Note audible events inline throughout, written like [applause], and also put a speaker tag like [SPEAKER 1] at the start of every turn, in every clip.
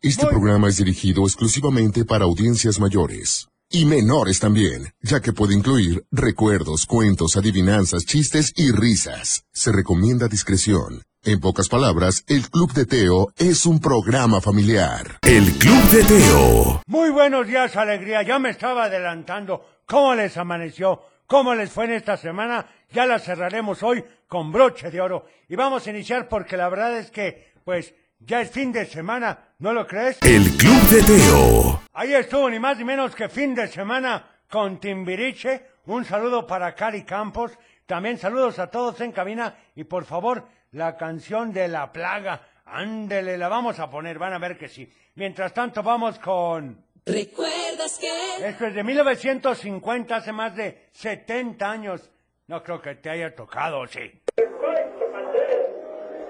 [SPEAKER 1] Este programa es dirigido exclusivamente para audiencias mayores. Y menores también, ya que puede incluir recuerdos, cuentos, adivinanzas, chistes y risas. Se recomienda discreción. En pocas palabras, el Club de Teo es un programa familiar.
[SPEAKER 2] El Club de Teo.
[SPEAKER 3] Muy buenos días, alegría. Ya me estaba adelantando. ¿Cómo les amaneció? ¿Cómo les fue en esta semana? Ya la cerraremos hoy con broche de oro. Y vamos a iniciar porque la verdad es que, pues, ya es fin de semana, ¿no lo crees?
[SPEAKER 2] El Club de Teo.
[SPEAKER 3] Ahí estuvo ni más ni menos que fin de semana con Timbiriche. Un saludo para Cari Campos. También saludos a todos en cabina. Y por favor, la canción de la plaga. Ándele, la vamos a poner, van a ver que sí. Mientras tanto, vamos con...
[SPEAKER 4] ¿Recuerdas que?
[SPEAKER 3] Esto es de 1950, hace más de 70 años. No creo que te haya tocado, sí.
[SPEAKER 5] Pancho Mandel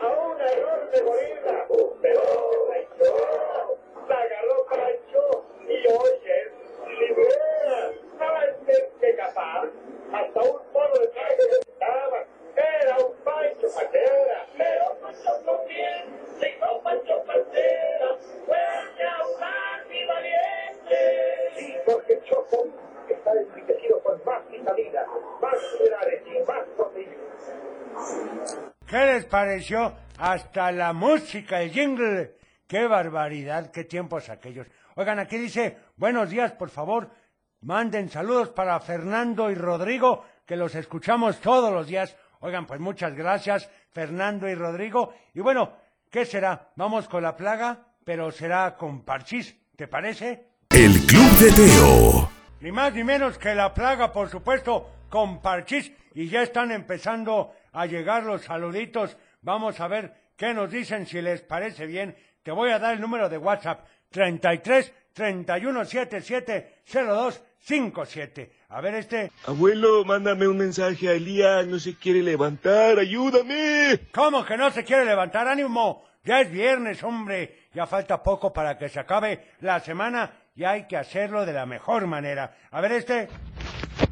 [SPEAKER 5] a un error de gorila. Pero Pancho la agarró Pancho y oye, libera. ¿Sabes qué es que capaz? Hasta un polo de traje le estaba. Era un Pancho Pantera. Pero Pancho también llegó Pancho Pantera. Fue a mi valiente. Sí, porque Choco está enriquecido con más vitaminas, más minerales y más proteínas.
[SPEAKER 3] ¿Qué les pareció? Hasta la música, el jingle. ¡Qué barbaridad! ¡Qué tiempos aquellos! Oigan, aquí dice, buenos días, por favor, manden saludos para Fernando y Rodrigo, que los escuchamos todos los días. Oigan, pues muchas gracias, Fernando y Rodrigo. Y bueno, ¿qué será? Vamos con la plaga, pero será con parchís, ¿te parece?
[SPEAKER 2] El Club de Teo.
[SPEAKER 3] Ni más ni menos que la plaga, por supuesto, con parchís. Y ya están empezando a llegar los saluditos. Vamos a ver qué nos dicen, si les parece bien. Te voy a dar el número de WhatsApp. 33 31 77 02 57. A ver este.
[SPEAKER 6] Abuelo, mándame un mensaje a Elías, no se quiere levantar, ayúdame.
[SPEAKER 3] ¿Cómo que no se quiere levantar ánimo? Ya es viernes, hombre. Ya falta poco para que se acabe la semana y hay que hacerlo de la mejor manera. A ver este.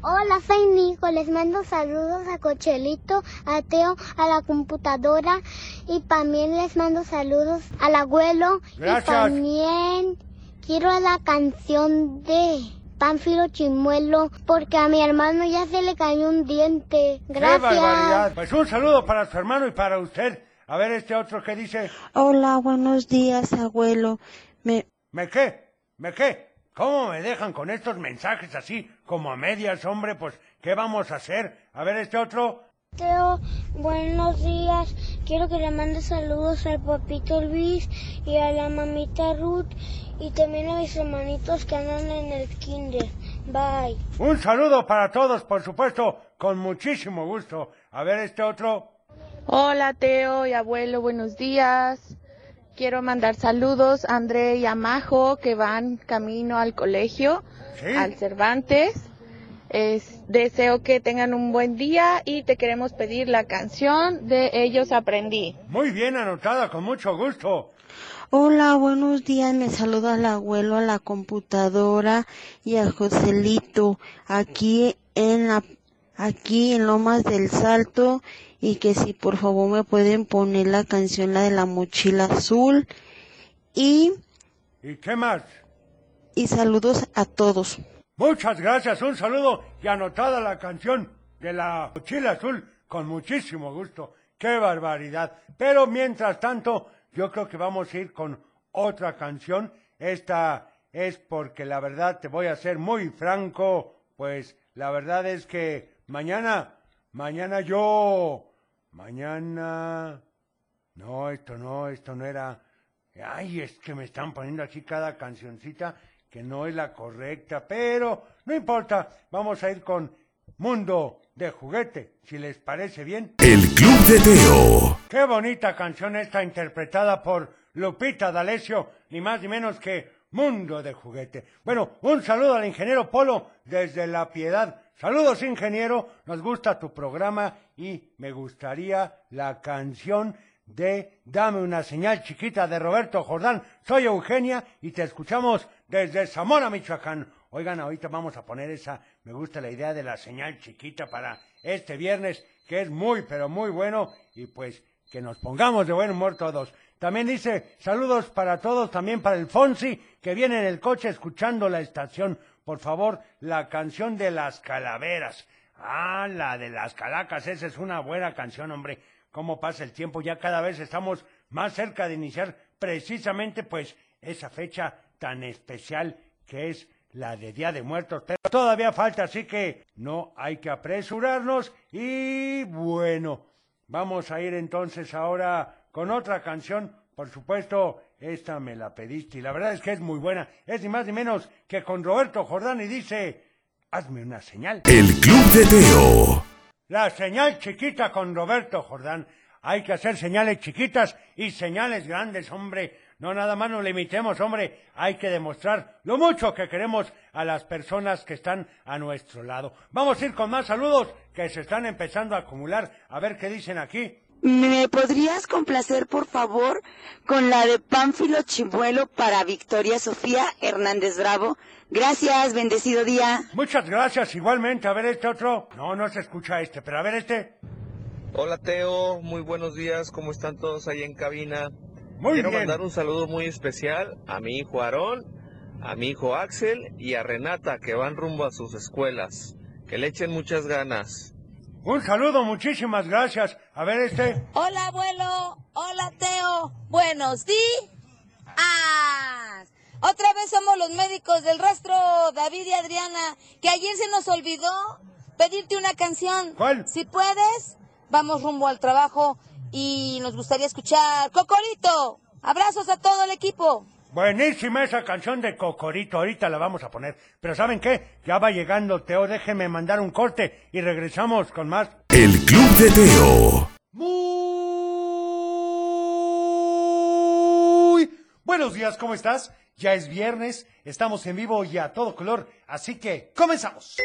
[SPEAKER 7] Hola, soy Nico. Les mando saludos a Cochelito, a Teo, a la computadora y también les mando saludos al abuelo.
[SPEAKER 3] Gracias.
[SPEAKER 7] Y también quiero la canción de Pánfilo Chimuelo porque a mi hermano ya se le cayó un diente.
[SPEAKER 3] ¡Qué
[SPEAKER 7] Gracias.
[SPEAKER 3] barbaridad! Pues un saludo para su hermano y para usted. A ver este otro que dice.
[SPEAKER 8] Hola, buenos días, abuelo. Me,
[SPEAKER 3] ¿Me qué? ¿Me qué? ¿Cómo me dejan con estos mensajes así como a medias, hombre? Pues, ¿qué vamos a hacer? A ver este otro.
[SPEAKER 7] Teo, buenos días. Quiero que le mande saludos al papito Luis y a la mamita Ruth y también a mis hermanitos que andan en el kinder. Bye.
[SPEAKER 3] Un saludo para todos, por supuesto, con muchísimo gusto. A ver este otro.
[SPEAKER 9] Hola Teo y abuelo, buenos días. Quiero mandar saludos a André y a Majo que van camino al colegio,
[SPEAKER 3] Sí.
[SPEAKER 9] al Cervantes. Es- deseo que tengan un buen día y te queremos pedir la canción de Ellos Aprendí.
[SPEAKER 3] Muy bien anotada, con mucho gusto.
[SPEAKER 8] hola, buenos días. Me saluda al abuelo, a la computadora y a Joselito. Aquí en la, aquí en Lomas del Salto y que si por favor me pueden poner la canción la de la mochila azul y
[SPEAKER 3] ¿Y qué más?
[SPEAKER 8] y saludos a todos.
[SPEAKER 3] Muchas gracias, un saludo y anotada la canción de la mochila azul con muchísimo gusto. ¡Qué barbaridad! Pero mientras tanto, yo creo que vamos a ir con otra canción. Esta es porque la verdad te voy a ser muy franco, pues la verdad es que mañana, mañana yo, mañana... No, esto no, esto no era. Ay, es que me están poniendo aquí cada cancioncita que no es la correcta, pero no importa, vamos a ir con Mundo de Juguete, si les parece bien.
[SPEAKER 2] El Club de Teo.
[SPEAKER 3] Qué bonita canción esta interpretada por Lupita D'Alessio, ni más ni menos que Mundo de Juguete. Bueno, un saludo al ingeniero Polo desde La Piedad. Saludos, ingeniero. Nos gusta tu programa y me gustaría la canción de Dame una señal chiquita de Roberto Jordán. Soy Eugenia y te escuchamos desde Zamora, Michoacán. Oigan, ahorita vamos a poner esa, me gusta la idea de la señal chiquita para este viernes, que es muy, pero muy bueno, y pues que nos pongamos de buen humor todos. También dice saludos para todos, también para el Fonsi, que viene en el coche escuchando la estación. Por favor, la canción de las calaveras. Ah, la de las calacas, esa es una buena canción, hombre. ¿Cómo pasa el tiempo? Ya cada vez estamos más cerca de iniciar precisamente pues esa fecha tan especial que es la de Día de Muertos, pero todavía falta, así que no hay que apresurarnos. Y bueno, vamos a ir entonces ahora con otra canción. Por supuesto, esta me la pediste y la verdad es que es muy buena. Es ni más ni menos que con Roberto Jordán y dice, hazme una señal.
[SPEAKER 2] El Club de Teo.
[SPEAKER 3] La señal chiquita con Roberto Jordán. Hay que hacer señales chiquitas y señales grandes, hombre. No nada más nos limitemos, hombre. Hay que demostrar lo mucho que queremos a las personas que están a nuestro lado. Vamos a ir con más saludos que se están empezando a acumular. A ver qué dicen aquí.
[SPEAKER 10] ¿Me podrías complacer, por favor, con la de Pánfilo Chimuelo para Victoria Sofía Hernández Bravo? Gracias, bendecido día.
[SPEAKER 3] Muchas gracias, igualmente. A ver este otro. No, no se escucha este, pero a ver este.
[SPEAKER 11] Hola Teo, muy buenos días. ¿Cómo están todos ahí en cabina?
[SPEAKER 3] Muy
[SPEAKER 11] Quiero
[SPEAKER 3] bien.
[SPEAKER 11] mandar un saludo muy especial a mi hijo Aarón, a mi hijo Axel y a Renata que van rumbo a sus escuelas. Que le echen muchas ganas.
[SPEAKER 3] Un saludo, muchísimas gracias. A ver este.
[SPEAKER 8] Hola, abuelo. Hola, Teo. Buenos días. Otra vez somos los médicos del rastro, David y Adriana, que ayer se nos olvidó pedirte una canción.
[SPEAKER 3] ¿Cuál?
[SPEAKER 8] Si puedes, vamos rumbo al trabajo y nos gustaría escuchar Cocorito. Abrazos a todo el equipo.
[SPEAKER 3] Buenísima esa canción de Cocorito, ahorita la vamos a poner. Pero ¿saben qué? Ya va llegando Teo, déjenme mandar un corte y regresamos con más.
[SPEAKER 2] El Club de Teo.
[SPEAKER 12] Muy buenos días, ¿cómo estás? Ya es viernes, estamos en vivo y a todo color, así que comenzamos.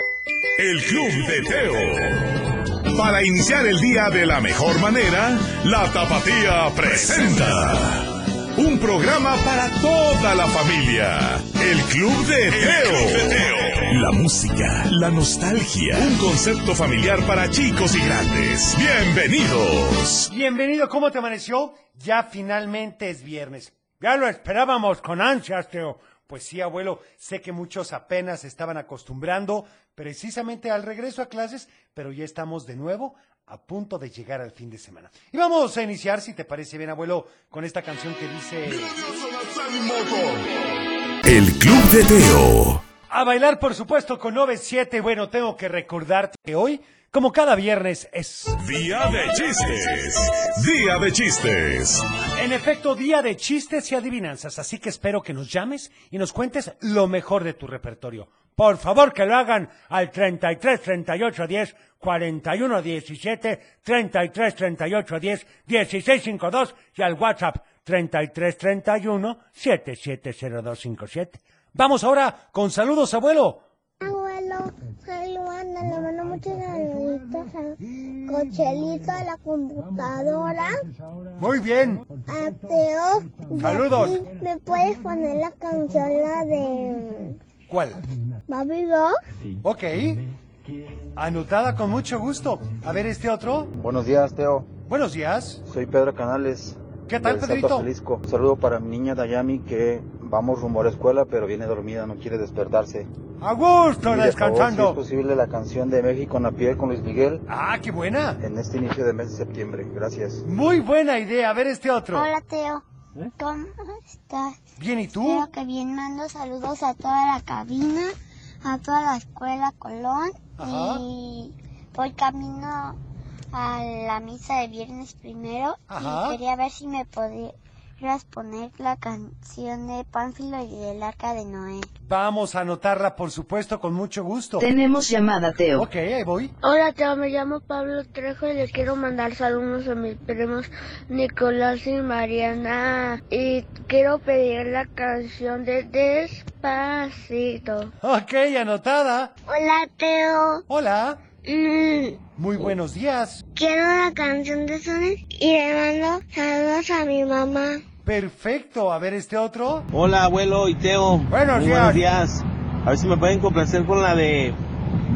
[SPEAKER 2] El Club de Teo. Para iniciar el día de la mejor manera, la Tapatía presenta un programa para toda la familia. El Club de Teo. La música, la nostalgia, un concepto familiar para chicos y grandes. Bienvenidos.
[SPEAKER 12] Bienvenido, ¿cómo te amaneció? Ya finalmente es viernes.
[SPEAKER 3] Ya lo esperábamos con ansias, Teo.
[SPEAKER 12] Pues sí, abuelo, sé que muchos apenas estaban acostumbrando precisamente al regreso a clases, pero ya estamos de nuevo a punto de llegar al fin de semana. Y vamos a iniciar, si te parece bien, abuelo, con esta canción que dice...
[SPEAKER 2] El Club de Teo.
[SPEAKER 12] A bailar, por supuesto, con 97. Bueno, tengo que recordarte que hoy, como cada viernes, es...
[SPEAKER 2] Día de chistes. Día de chistes.
[SPEAKER 12] En efecto, día de chistes y adivinanzas, así que espero que nos llames y nos cuentes lo mejor de tu repertorio.
[SPEAKER 3] Por favor que lo hagan al 33 38 10 41 17 33 38 10 16 52 y al WhatsApp 33 31 770257.
[SPEAKER 12] Vamos ahora con saludos, abuelo.
[SPEAKER 7] Abuelo, soy Luana, le mando muchas saluditos a Cochelito, a la computadora,
[SPEAKER 3] Muy bien.
[SPEAKER 7] a Teo. y a
[SPEAKER 3] Saludos.
[SPEAKER 7] ti. ¿Me puedes poner la canción la de
[SPEAKER 12] ¿Cuál?
[SPEAKER 7] Baby Dog?
[SPEAKER 12] Ok. Anotada con mucho gusto. A ver este otro.
[SPEAKER 13] Buenos días, Teo.
[SPEAKER 12] Buenos días.
[SPEAKER 13] Soy Pedro Canales.
[SPEAKER 12] ¿Qué tal,
[SPEAKER 13] de Salto,
[SPEAKER 12] Pedrito?
[SPEAKER 13] Jalisco. Un saludo para mi niña Dayami que vamos rumbo a la escuela, pero viene dormida, no quiere despertarse.
[SPEAKER 3] A gusto,
[SPEAKER 13] Y de
[SPEAKER 3] descansando.
[SPEAKER 13] favor, si es posible, la canción de México en la piel con Luis Miguel
[SPEAKER 12] Ah, qué buena.
[SPEAKER 13] en este inicio de mes de septiembre. Gracias.
[SPEAKER 12] Muy buena idea. A ver este otro.
[SPEAKER 7] Hola, Teo. ¿Cómo estás?
[SPEAKER 12] Bien, ¿y tú?
[SPEAKER 7] Espero que bien mando saludos a toda la cabina, a toda la escuela Colón
[SPEAKER 12] Ajá.
[SPEAKER 7] y voy camino a la misa de viernes primero
[SPEAKER 12] Ajá.
[SPEAKER 7] y quería ver si me podías poner la canción de Pánfilo y del Arca de Noé.
[SPEAKER 12] Vamos a anotarla, por supuesto, con mucho gusto.
[SPEAKER 14] Tenemos llamada, Teo.
[SPEAKER 12] Ok, ahí voy.
[SPEAKER 15] Hola, Teo, me llamo Pablo Trejo y le quiero mandar saludos a mis primos Nicolás y Mariana. Y quiero pedir la canción de Despacito.
[SPEAKER 12] Ok, anotada.
[SPEAKER 7] Hola Teo,
[SPEAKER 12] Hola.
[SPEAKER 16] Mm,
[SPEAKER 12] Muy buenos días.
[SPEAKER 7] quiero la canción de Sones y le mando saludos a mi mamá.
[SPEAKER 12] Perfecto. A ver este otro.
[SPEAKER 16] Hola, abuelo y Teo.
[SPEAKER 12] Buenos
[SPEAKER 16] Muy
[SPEAKER 12] días.
[SPEAKER 16] Buenos días. A ver si me pueden complacer con la de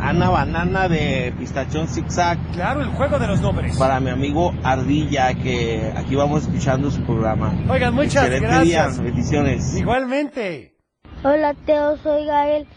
[SPEAKER 14] Ana Banana de Pistachón Zigzag.
[SPEAKER 12] Claro, el juego de los nombres.
[SPEAKER 14] Para mi amigo Ardilla, que aquí vamos escuchando su programa.
[SPEAKER 12] Oigan, muchas
[SPEAKER 14] Excelente
[SPEAKER 12] gracias.
[SPEAKER 14] día, bendiciones.
[SPEAKER 12] Igualmente.
[SPEAKER 15] Hola Teo, soy Gael.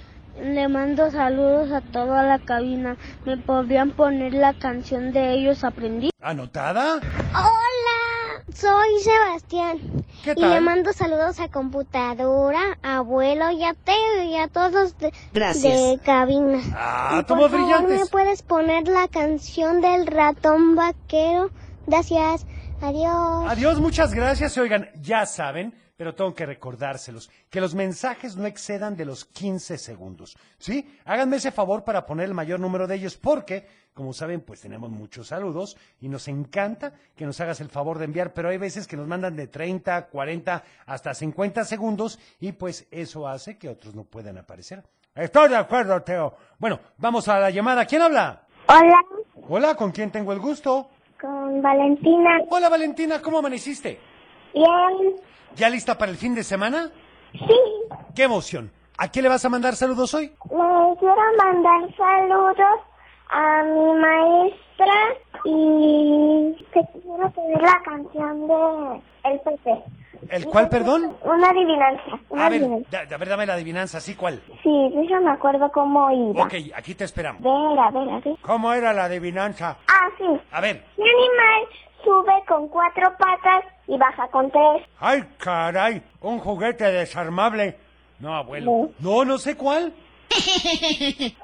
[SPEAKER 15] Le mando saludos a toda la cabina. ¿Me podrían poner la canción de ellos aprendí?
[SPEAKER 12] ¿Anotada?
[SPEAKER 16] Hola, soy Sebastián.
[SPEAKER 12] ¿Qué
[SPEAKER 16] Y le
[SPEAKER 12] tal?
[SPEAKER 16] mando saludos a computadora, a abuelo y a Teo y a todos de,
[SPEAKER 12] Gracias.
[SPEAKER 16] de cabina.
[SPEAKER 12] Ah,
[SPEAKER 16] Y
[SPEAKER 12] todos
[SPEAKER 16] por favor, ¿me
[SPEAKER 12] brillantes.
[SPEAKER 16] puedes poner la canción del ratón vaquero? Gracias. Adiós.
[SPEAKER 12] Adiós, muchas gracias. Oigan, ya saben, pero tengo que recordárselos, que los mensajes no excedan de los 15 segundos. ¿Sí? Háganme ese favor para poner el mayor número de ellos, porque, como saben, pues tenemos muchos saludos y nos encanta que nos hagas el favor de enviar, pero hay veces que nos mandan de 30, 40, hasta 50 segundos y pues eso hace que otros no puedan aparecer. Estoy de acuerdo, Teo. Bueno, vamos a la llamada. ¿Quién habla?
[SPEAKER 16] Hola,
[SPEAKER 12] Hola, ¿con quién tengo el gusto?
[SPEAKER 16] con Valentina.
[SPEAKER 12] Hola, Valentina, ¿cómo amaneciste?
[SPEAKER 16] Bien.
[SPEAKER 12] ¿Ya lista para el fin de semana?
[SPEAKER 16] Sí.
[SPEAKER 12] ¡Qué emoción! ¿A quién le vas a mandar saludos hoy?
[SPEAKER 16] Le quiero mandar saludos a mi maestra y te quiero pedir la canción de El Pepe.
[SPEAKER 12] ¿El cuál, perdón?
[SPEAKER 16] Una adivinanza. Una
[SPEAKER 12] A ver,
[SPEAKER 16] adivinanza.
[SPEAKER 12] da- a ver, dame la adivinanza, ¿sí cuál?
[SPEAKER 16] Sí, yo ya me acuerdo cómo iba.
[SPEAKER 12] Ok, aquí te esperamos.
[SPEAKER 16] Ver, a ver, a ver.
[SPEAKER 12] ¿Cómo era la adivinanza?
[SPEAKER 16] Ah, sí.
[SPEAKER 12] A ver.
[SPEAKER 16] Un animal sube con cuatro patas y baja con tres.
[SPEAKER 12] ¡Ay, caray! Un juguete desarmable. No, abuelo. No, no sé cuál.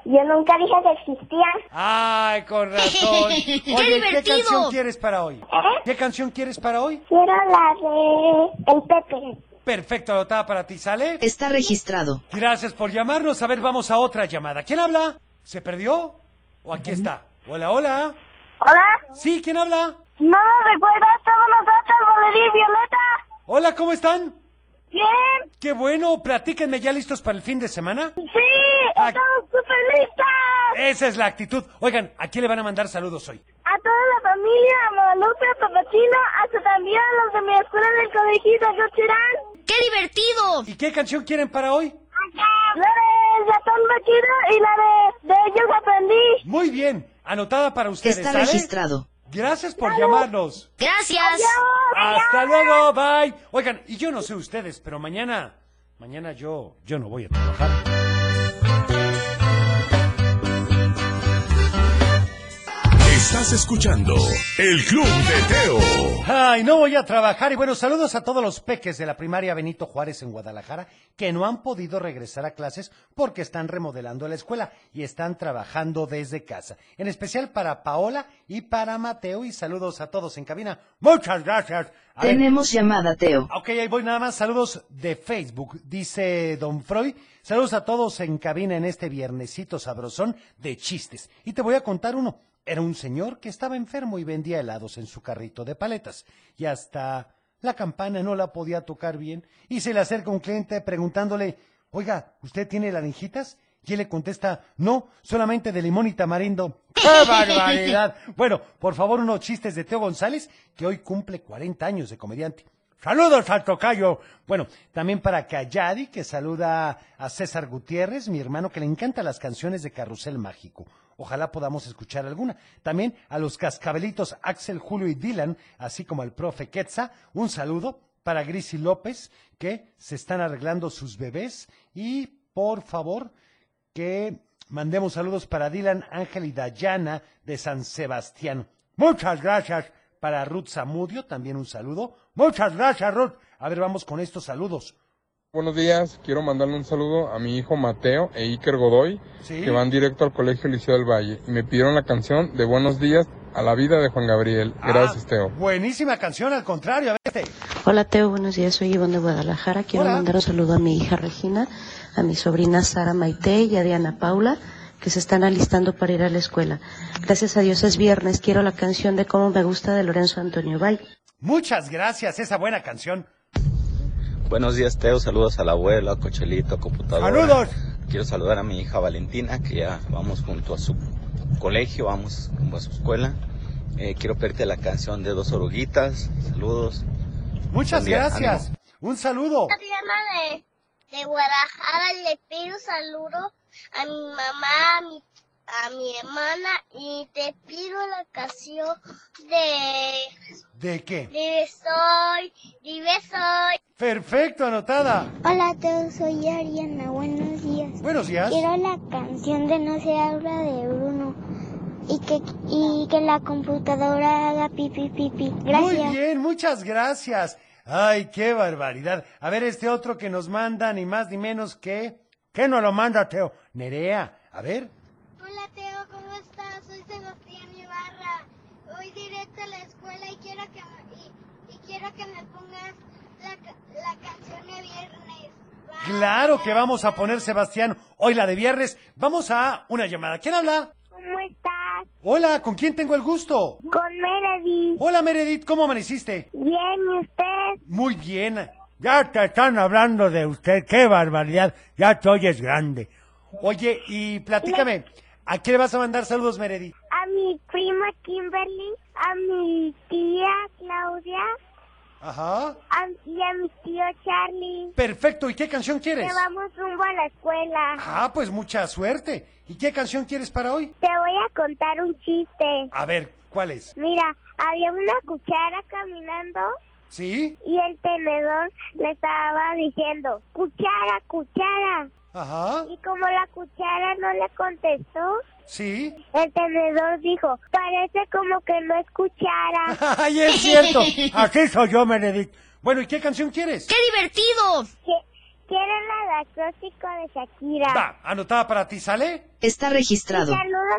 [SPEAKER 16] Yo nunca dije que existía.
[SPEAKER 12] ¡Ay,
[SPEAKER 16] [laughs]
[SPEAKER 12] con razón!
[SPEAKER 16] ¡Qué
[SPEAKER 12] Oye, ¿qué
[SPEAKER 16] divertido!
[SPEAKER 12] canción quieres para hoy? ¿Qué canción quieres para hoy?
[SPEAKER 16] Quiero la de El Pepe.
[SPEAKER 12] Perfecto, anotada para ti, ¿sale?
[SPEAKER 10] Está registrado.
[SPEAKER 12] Gracias por llamarnos. A ver, vamos a otra llamada. ¿Quién habla? ¿Se perdió? ¿O aquí está? Hola, hola.
[SPEAKER 16] ¿Hola?
[SPEAKER 12] Sí, ¿quién habla?
[SPEAKER 16] No, recuerda todos los datos, Valeria Violeta.
[SPEAKER 12] Hola, ¿cómo están?
[SPEAKER 16] Bien.
[SPEAKER 12] Qué bueno, platíquenme, ¿ya listos para el fin de semana? Ah.
[SPEAKER 16] Sí, estamos súper listas.
[SPEAKER 12] Esa es la actitud. Oigan, ¿a quién le van a mandar saludos hoy?
[SPEAKER 16] A toda la familia, a Guadalupe, a Papachino, hasta también a los de mi escuela del colegito, Cochirán. ¡Qué divertido!
[SPEAKER 12] ¿Y qué canción quieren para hoy?
[SPEAKER 16] La de Ratón Vaquero y la de De ellos aprendí.
[SPEAKER 12] Muy bien, anotada para ustedes.
[SPEAKER 10] Está
[SPEAKER 12] ¿sale?
[SPEAKER 10] registrado.
[SPEAKER 12] Gracias por llamarnos.
[SPEAKER 16] Gracias.
[SPEAKER 12] Hasta luego, bye. Oigan, y yo no sé ustedes, pero mañana, mañana yo, yo no voy a trabajar.
[SPEAKER 2] Estás escuchando El Club de Teo.
[SPEAKER 12] Ay, no voy a trabajar. Y bueno, saludos a todos los peques de la primaria Benito Juárez en Guadalajara que no han podido regresar a clases porque están remodelando la escuela y están trabajando desde casa. En especial para Paola y para Mateo. Y saludos a todos en cabina. Muchas gracias. A ver,
[SPEAKER 10] Tenemos llamada, Teo.
[SPEAKER 12] Ok, ahí voy nada más. Saludos de Facebook, dice Don Freud. Saludos a todos en cabina en este viernesito sabrosón de chistes. Y te voy a contar uno. Era un señor que estaba enfermo y vendía helados en su carrito de paletas. Y hasta la campana no la podía tocar bien. Y se le acerca un cliente preguntándole, oiga, ¿usted tiene laringitas? Y él le contesta, no, solamente de limón y tamarindo. [laughs] ¡Qué barbaridad! Bueno, por favor, unos chistes de Teo González, que hoy cumple 40 años de comediante. ¡Saludos al tocayo! Bueno, también para Cayadi, que saluda a César Gutiérrez, mi hermano, que le encantan las canciones de Carrusel Mágico. Ojalá podamos escuchar alguna. También a los cascabelitos Axel, Julio y Dylan, así como al profe Quetza. Un saludo para Gris y López, que se están arreglando sus bebés. Y, por favor, que mandemos saludos para Dylan Ángel y Dayana de San Sebastián. Muchas gracias para Ruth Zamudio, también un saludo. Muchas gracias, Ruth. A ver, vamos con estos saludos.
[SPEAKER 17] Buenos días, quiero mandarle un saludo a mi hijo Mateo e Iker Godoy,
[SPEAKER 12] Sí.
[SPEAKER 17] que van directo al Colegio Liceo del Valle. Y me pidieron la canción de Buenos días a la vida de Juan Gabriel.
[SPEAKER 11] Ah.
[SPEAKER 17] Gracias, Teo.
[SPEAKER 12] Ah, Buenísima canción, al contrario, a ver este.
[SPEAKER 18] Hola Teo, buenos días, soy Ivonne de Guadalajara. Quiero
[SPEAKER 12] Hola.
[SPEAKER 18] mandar un saludo a mi hija Regina, a mi sobrina Sara Maite y a Diana Paula, que se están alistando para ir a la escuela. Gracias a Dios es viernes, quiero la canción de Cómo me gusta de Lorenzo Antonio Bay.
[SPEAKER 12] Muchas gracias, esa buena canción.
[SPEAKER 19] Buenos días, Teo. Saludos al abuelo, a Cochelito, a computadora.
[SPEAKER 12] Saludos.
[SPEAKER 19] Quiero saludar a mi hija Valentina, que ya vamos junto a su colegio, vamos junto a su escuela. Eh, quiero pedirte la canción de Dos Oruguitas. Saludos.
[SPEAKER 12] Muchas
[SPEAKER 19] Buen día,
[SPEAKER 12] gracias. Un saludo.
[SPEAKER 16] Diana de, de Guadalajara le pido saludo a mi mamá, a mi a mi hermana y te pido la canción de
[SPEAKER 12] ¿De qué?
[SPEAKER 16] Vive soy, vive soy.
[SPEAKER 12] Perfecto, anotada.
[SPEAKER 7] Hola a todos, soy Ariana, buenos días.
[SPEAKER 12] Buenos días.
[SPEAKER 7] Quiero la canción de No se habla de Bruno y que, y que la computadora haga pipi pipi. Gracias.
[SPEAKER 12] Muy bien, muchas gracias. Ay, qué barbaridad. A ver, este otro que nos manda, ni más ni menos que. ¿Qué nos lo manda, Teo? Nerea. A ver.
[SPEAKER 16] Hola Teo, ¿cómo estás? Soy Sebastián Ibarra. Voy directo a la escuela y quiero que y, y quiero que me pongas la, ca- la canción de viernes. Bye.
[SPEAKER 12] Claro que vamos a poner, Sebastián, hoy la de viernes. Vamos a una llamada. ¿Quién habla?
[SPEAKER 16] ¿Cómo estás?
[SPEAKER 12] Hola, ¿con quién tengo el gusto?
[SPEAKER 16] Con Meredith.
[SPEAKER 12] Hola, Meredith, ¿cómo amaneciste?
[SPEAKER 16] Bien, ¿y usted?
[SPEAKER 12] Muy bien. Ya te están hablando de usted. Qué barbaridad. Ya te oyes grande. Oye, y platícame, ¿a quién le vas a mandar saludos, Meredith?
[SPEAKER 16] A mi prima Kimberly, a mi tía Claudia
[SPEAKER 12] Ajá.
[SPEAKER 16] a- y a mi tío Charlie.
[SPEAKER 12] Perfecto, ¿y qué canción
[SPEAKER 16] Que
[SPEAKER 12] quieres?
[SPEAKER 16] vamos rumbo a la escuela.
[SPEAKER 12] Ah, pues mucha suerte. ¿Y qué canción quieres para hoy?
[SPEAKER 16] Te voy a contar un chiste.
[SPEAKER 12] A ver, ¿cuál es?
[SPEAKER 16] Mira, había una cuchara caminando
[SPEAKER 12] ¿Sí?
[SPEAKER 16] y el tenedor le estaba diciendo, cuchara, cuchara.
[SPEAKER 12] Ajá.
[SPEAKER 16] Y como la cuchara no le contestó,
[SPEAKER 12] ¿Sí? [laughs]
[SPEAKER 16] el tenedor dijo, parece como que no es cuchara.
[SPEAKER 12] ¡Ay, es
[SPEAKER 16] [laughs]
[SPEAKER 12] cierto! Así soy yo, Meredith. Bueno, ¿y qué canción quieres?
[SPEAKER 16] divertido! Quiero la de acróstico de Shakira.
[SPEAKER 12] Va, anotada para ti, ¿sale?
[SPEAKER 10] Está
[SPEAKER 16] Y saludos